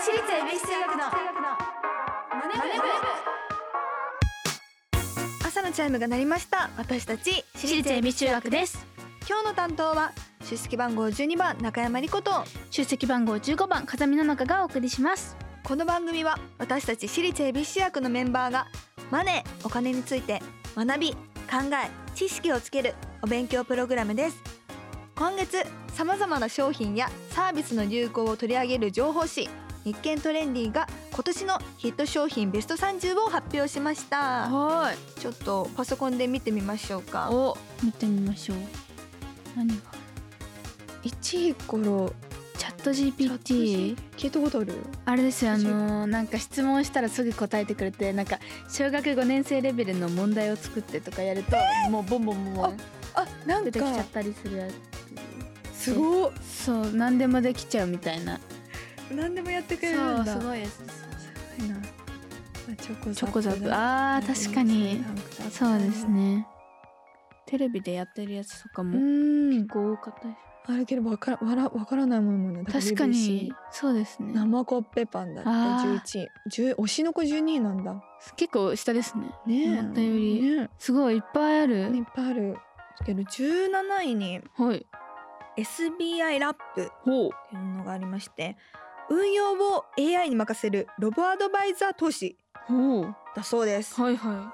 私立恵比寿中学のマネ朝のチャイムが鳴りました私たち私立恵比寿中学です今日の担当は出席番号12番中山理子と出席番号15番風見の中がお送りしますこの番組は私たち私立恵比寿役のメンバーがマネーお金について学び考え知識をつけるお勉強プログラムです今月さまざまな商品やサービスの流行を取り上げる情報誌日経トレンディが今年のヒット商品ベスト30を発表しましたはいちょっとパソコンで見てみましょうかお見てみましょう何が1位頃チャット GPT 聞いたことあるあれですよあのーなんか質問したらすぐ答えてくれてなんか小学5年生レベルの問題を作ってとかやると、もうボンボンボンボンあな出てきちゃったりするやつすごいそう何でもできちゃうみたいな何でもやってくれるそんうだすごいですすごいなまあチョコチョコザップだあー確かにそうですねテレビでやってるやつとかうもん結構多かったであるけどわからわらわからないもんもんねしょ確か WBC にそうですね生コッペパンだってあー11位10推しの子12位なんだ結構下ですねねえ思ったよりねすごいいっぱいあえる、いっぱいあるけど17位にはい SBI ラップっほうていうのがありまして運用を AI に任せるロボアドバイザー投資ほうだそうですはいは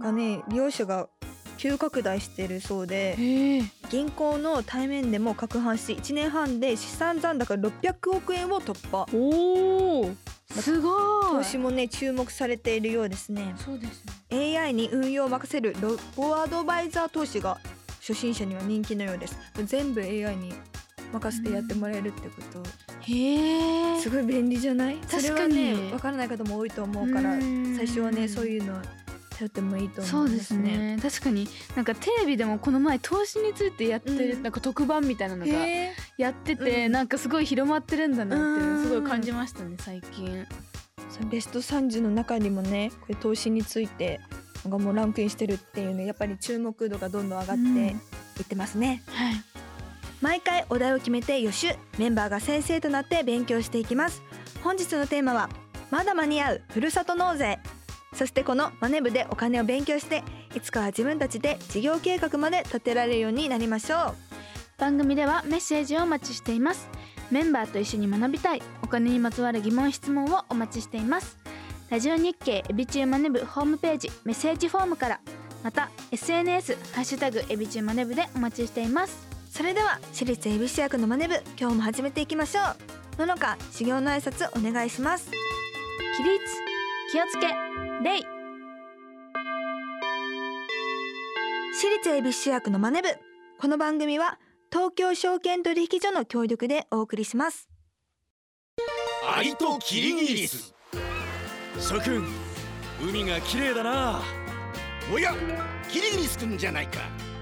がね利用者が急拡大してるそうでいへえ銀行の対面でも拡販し1年半で資産残高600億円を突破おおすご投い資もね注目されているようですねそうですね AI に運用を任せるロボアドバイザー投資が初心者には人気のようです全部 AI に任せてやってもらえるってこと、へえすごい便利じゃない確かにそれはねわからない方も多いと思うからうん最初はねそういうの頼ってもいいとそ思ううでんすね確かになんかテレビでもこの前投資についてやってる、うんなんか特番みたいなのへがえやってて、うんなんかすごい広まってるんだなっていうのをすごういん感じましたね最近ベスト30の中にもねこれ投資についてがもうランクインしてるっていうねやっぱり注目度がどんどん上がってうんいってますね、はい毎回お題を決めて予習メンバーが先生となって勉強していきます本日のテーマはまだ間に合うふるさと納税そしてこのマネ部でお金を勉強していつかは自分たちで事業計画まで立てられるようになりましょ番組ではメッセージをお待ちしていますメンバーと一緒に学びたいお金にまつわる疑問質問をお待ちしていますラジオ日経エビチューマネブホームページメッセージフォームからまた SNS ハッシュタグエビチューマネブでお待ちしていますうそれでは私立恵比寿役のマネ部今日も始めていきましょうののか修行の挨拶お願いします起立気をつけ礼私立恵比寿役のマネ部この番組は東京証券取引所の協力でお送りしますアリとキリギリス諸君海が綺麗だなおやキリギリスくんじゃないか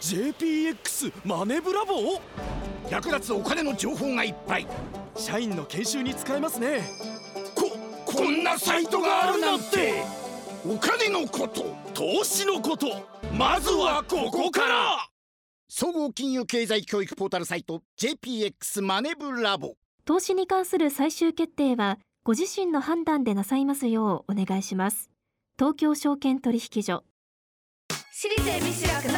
JPX マネブラボ役立つお金の情報がいっぱい社員の研修に使えますねここんなサイトがあるなんてお金のこと投資のことまずはここから総合金融経済教育ポータルサイト JPX マネブラボ投資に関する最終決定はご自身の判断でなさいますようお願いします東京証券取引所私立恵比寿学の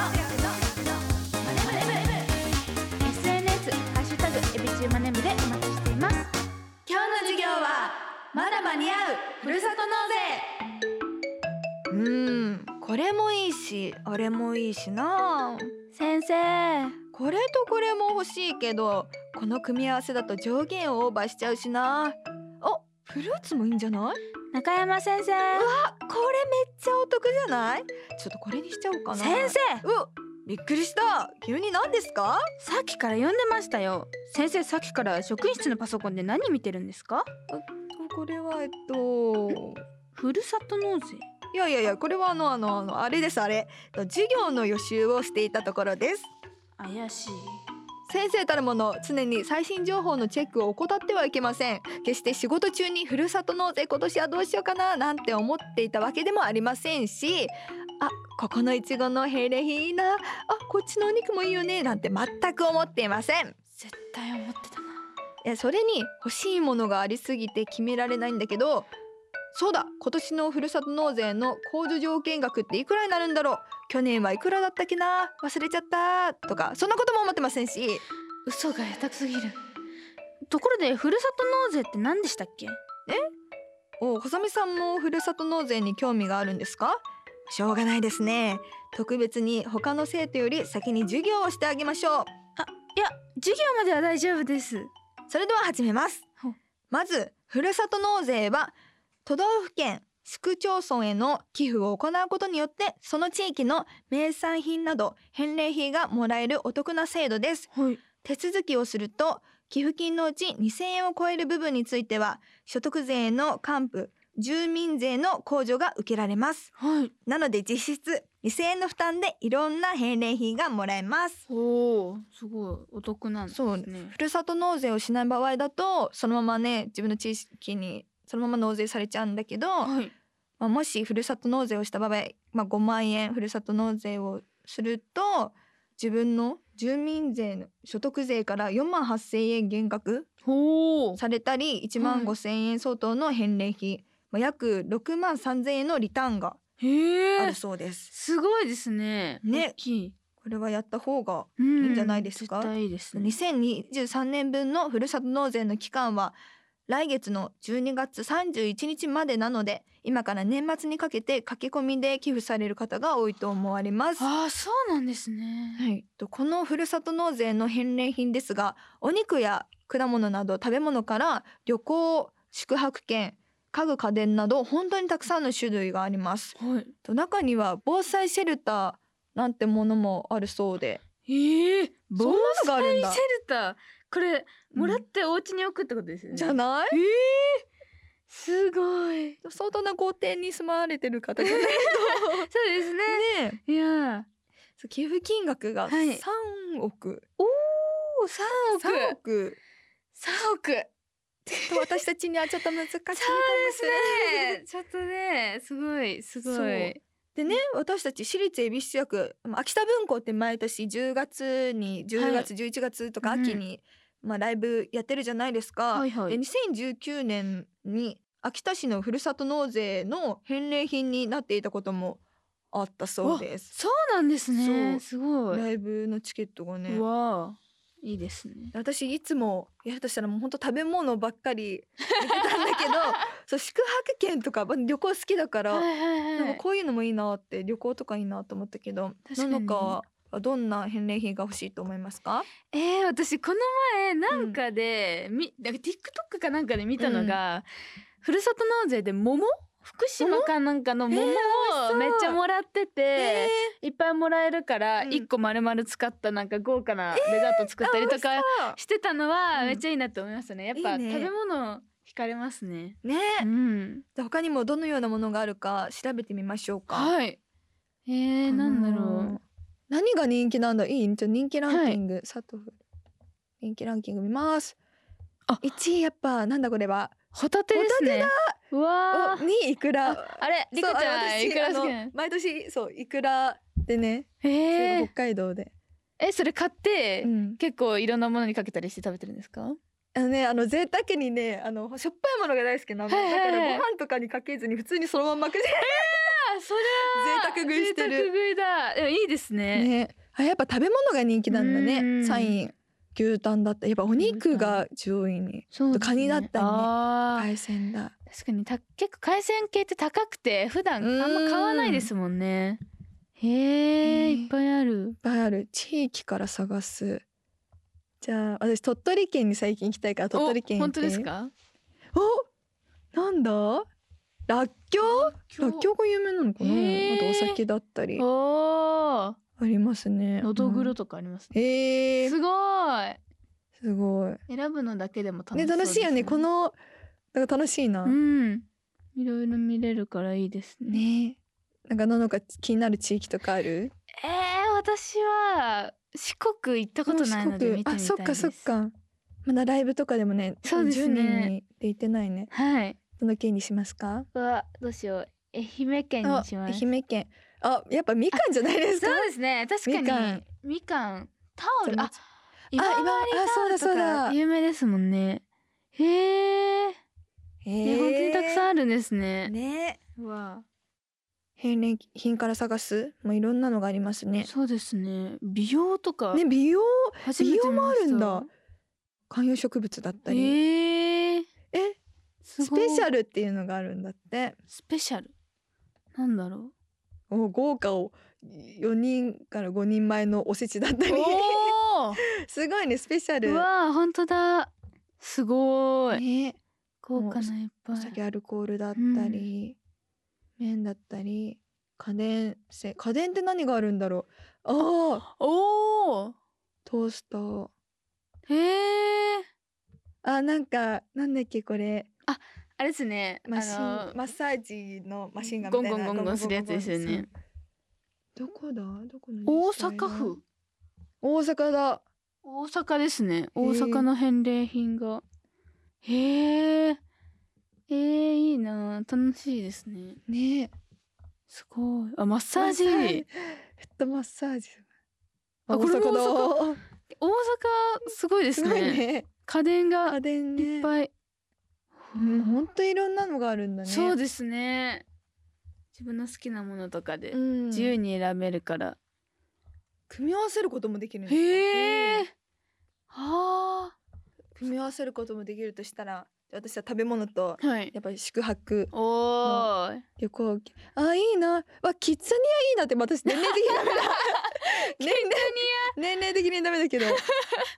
SNS ハッシュタグエビチューマネブでお待ちしています今日の授業はまだ間に合うふるさと納税うんこれもいいしあれもいいしな先生これとこれも欲しいけどこの組み合わせだと上限をオーバーしちゃうしなあフルーツもいいんじゃない中山先生あこれめっちゃお得じゃないちょっとこれにしちゃおうかな先生うわびっくりした急に何ですかさっきから読んでましたよ先生さっきから職員室のパソコンで何見てるんですかこれはえっとふるさと納税いやいやいやこれはあのあのあのあれですあれえっと授業の予習をしていたところです怪しい先生たるもの常に最新情報のチェックを怠ってはいけません決して仕事中にふるさと納税今年はどうしようかななんて思っていたわけでもありませんしあここのいちごの返礼品いいなあこっちのお肉もいいよねなんて全く思っていません絶対思ってたないやそれに欲しいものがありすぎて決められないんだけどそうだ今年のふるさと納税の控除条件額っていくらになるんだろう去年はいくらだったっけな忘れちゃったとかそんなことも思ってませんし嘘が下手すぎるところでふるさと納税って何でしたっけお細見さんもふるさと納税に興味があるんですかしょうがないですね特別に他の生徒より先に授業をしてあげましょういや授業までは大丈夫ですそれでは始めますほうまずふるさと納税は都道府県市区町村への寄付を行うことによってその地域の名産品など返礼品がもらえるお得な制度ですはい手続きをすると寄付金のうち2000円を超える部分については所得税の還付住民税の控除が受けられますはいなので実質2000円の負担でいろんな返礼品がもらえますおおすごいお得なんですそねうふるさと納税をしない場合だとそのままね自分の地域にそのまま納税されちゃうんだけど、はいまあ、もしふるさと納税をした場合、まあ、5万円ふるさと納税をすると自分の住民税の所得税から4万8,000円減額ほうされたり1は万い5,000円相当の返礼品、まあ、約6万3,000円のリターンがへあえるそうです。すごいですねね大きいこれはやった方がいいんじゃないですか絶対いいですね2023年分のふるさと納税の期間は来月の12月31日までなので今から年末にかけて駆け込みで寄付される方が多いと思われます。はああそうなんですねい、とこのふるさと納税の返礼品ですがお肉や果物など食べ物から旅行宿泊券家具家電など本当にたくさんの種類があります。はいと中には防災シェルターなんてものもあるそうでええそんな防のがあるんだ災シェルターこれうんもらってお家に置くってことですよねじゃないすごい相当な豪邸に住まわれてる方がねそうですねねいやそう寄付金額がはい3億、お三三3億三億ねちょっと私たちにはちょっと難しいかもしれないえちょっとねすごいすごそういでね私たち私立恵比寿中学まあ秋田文庫って毎年10月に10月、11月とかうん秋に、まあ、ライブやってるじゃないですか、はいはでい2019年に秋田市のふるさと納税の返礼品になっていたこともあったそうですそうなんですそねうすごい、ライブのチケットがねうわあいいですね私いつもやるとしたらもうほんと食べ物ばっかり見てたんだ けどそう宿泊券とかまあ旅行好きだから、はいはいなんはかいこういうのもいいなって旅行とかいいなと思ったけど確かのにのかはどんな返礼品が欲しいと思いますかえー、私この前なんかで、みなんか TikTok かなんかで見たのが、ふるさと納税で桃福島かなんかの桃をめっちゃもらってて、いっぱいもらえるからうん一個丸々使ったなんか豪華なデザート作ったりとかしてたのはうんめっちゃいいなと思いましたね。やっいぱいね食べ物惹かれますね。ねえうん。じゃあ他にもどのようなものがあるか調べてみましょうか。はい。えー、なんだあろのー何が人気なんだいいちょっと人気ランキング、佐藤人気ランキング見ますあ1位やっぱなんだこれはう。ホタテですね。うわー。 2位いくらあれ、そうリカちゃあのん私いくらあ好きなのの毎年そういくらでね、西えー部、北海道で、え、それ買って、うん、結構いろんなものにかけたりして食べてるんですか？あのねあの贅沢にねあのしょっぱいものが大好きなの、はいはいはいだからご飯とかにかけずに普通にそのまんま食ってあ、そ贅沢れ食いして贅沢る食いだ。でもいいですね。ねあやっぱ食べ物が人気なんだねうん3位牛タンだったやっぱお肉が上位にそうですねカニだったりねあー海鮮だ確かにた結構海鮮系って高くて普段あんま買わないですもんね。へえ、ねいっぱいあるいっ。ぱいある地域から探すじゃあ私鳥取県に最近行きたいから鳥取県お行っ本て当ですか？おなんだらっきょうらっきょうが有名なのかなへーあとお酒だったりおお。あありますねのどぐろとかありますね、えー、すごいすごい選ぶのだけでも楽しそうね楽しいよねこのなんか楽しいな、うんいろいろ見れるからいいですねねなんかののか気になる地域とかあるえー、私は四国行ったことないのでもう見てみ四たい国ですあそっかそっかまだライブとかでもねそうですね10人にで行ってないねはいどの県にしますかうわどうしよう愛媛県あにします愛媛県あやっぱみかんじゃないですかそうですね確かにみかんみかんタオルあじゃ今あ治あ今あそうだタオそうルとかだ有名ですもんねへえへね、ー本当にたくさんあるんですね。ねわ返礼品から探すもういろんなのがありますねそうですね。美容とかね美容初めて見ました美容もあるんだ観葉植物だったり、えー、えススペシャルルっていうのがあるんだってスペシャルなんだろお豪華を4人から5人前のおせちだったう。りおお。 すごいねスペシャルうわあ本当だ。すごい。ね豪華ないっぱおい。酒アルコールだったり、麺だったり家電製家電って何があるんだろうああおお。トーストへえ。あなんかなんだっけこれあれですね。あマシンのマッサージのマシンがゴンゴンゴンゴンするやつですよね。どこだどこの大自治体だ阪府。大阪だ大阪ですね大阪の返礼品がへええー、いいな楽しいですねねすごいあマッサージマッサージヘッドマッサージあこれも大阪だ大阪すごいですねすごいね家電が家電ねいっぱい、うん本当いろんなのがあるんだねそうですね自分の好きなものとかでうん自由に選べるから、組み合わせることもできるんですよへえうんは組み合わせることもできるとしたら私は食べ物とあはいやっぱり宿泊おおー旅行あいいなわキッザニアいいなって私年齢的にダメだ年齢年齢的にダメだけど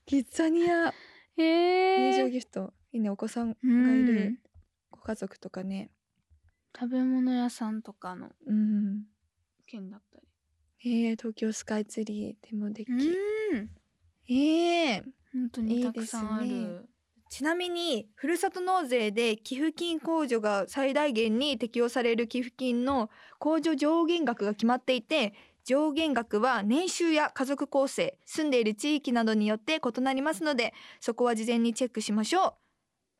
キッザニアへ入え場ギフトいいねお子さうんがいるんご家族とかね食べ物屋さんとかのうん件だったりえー、東京スカイツリーでもできうんええ本当いにいたくさんある。ですねちなみにふるさと納税で寄付金控除が最大限に適用される寄付金の控除上限額が決まっていて上限額は年収や家族構成住んでいる地域などによって異なりますのでそこは事前にチェックしましょう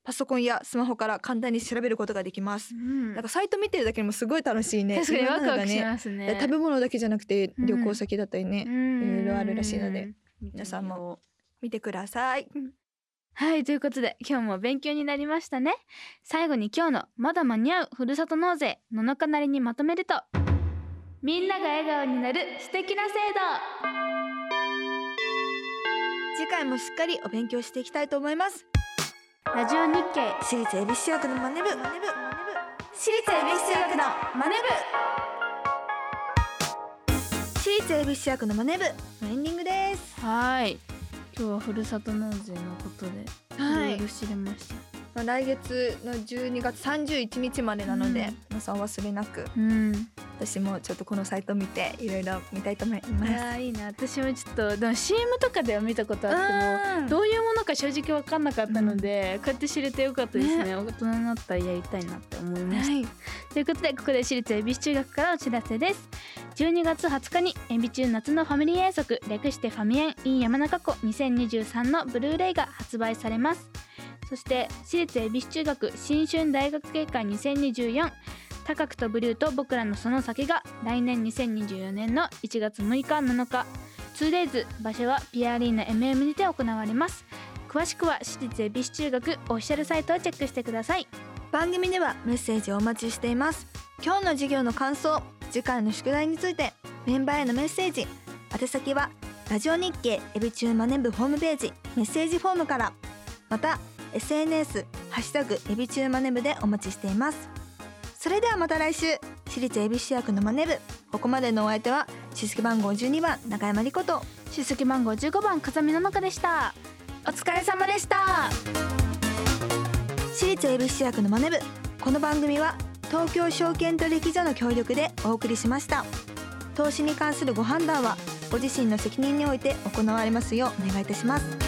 パソコンやスマホから簡単に調べることができますうんなんかサイト見てるだけでもすごい楽しいね確かいにろワんクなのワがクしねますね。食べ物だけじゃなくてうん旅行先だったりね、いいろいろあるらしいので。皆さんも。見てくださいはいということで今日も勉強になりましたね。最後に今日のまだ間に合うふるさと納税ののかなりにまとめるとみんなが笑顔になる素敵な制度次回もしっかりお勉強していきたいと思いますラジオ日経私立恵比寿中学のマネ部私立恵比寿中学のマネ部私立恵比寿中学のマネ部のエンディングですはい今日はふるさと納税のことではいいろいろ知れました。まあ来月の12月31日までなので、うん皆さんお忘れなくうん。私もちょっとこのサイト見ていろいろ見たいと思いますああいいな私もちょっとでも CM とかでは見たことあっても。うんどういうものか正直分かんなかったので、こうやって知れてよかったですね大人になったらやりたいなって思いました、ということでここで私立恵比寿中学からお知らせです12月20日に恵比中夏のファミリー遠足略してファミエン in 山中湖2023のブルーレイが発売されますそして私立恵比寿中学新春大学芸会2024高く飛ぶ竜と僕らのその先が来年2024年の1月6日7日 2days 場所はピアアリーナ MM にて行われます詳しくは私立恵比寿中学オフィシャルサイトをチェックしてください番組ではメッセージをお待ちしています今日の授業の感想次回の宿題についてメンバーへのメッセージ宛先はラジオ日経エビチューマネ部ホームページメッセージフォームからまた SNS ハッシュタグエビチューマネ部でお待ちしていますそれではまた来週私立エビ主役のマネ部ここまでのお相手は出席番号12番中山理子と出席番号15番風見の中でしたお疲れ様でした私立恵比寿中学のマネ部この番組は東京証券取引所の協力でお送りしました投資に関するご判断はご自身の責任において行われますようお願いいたします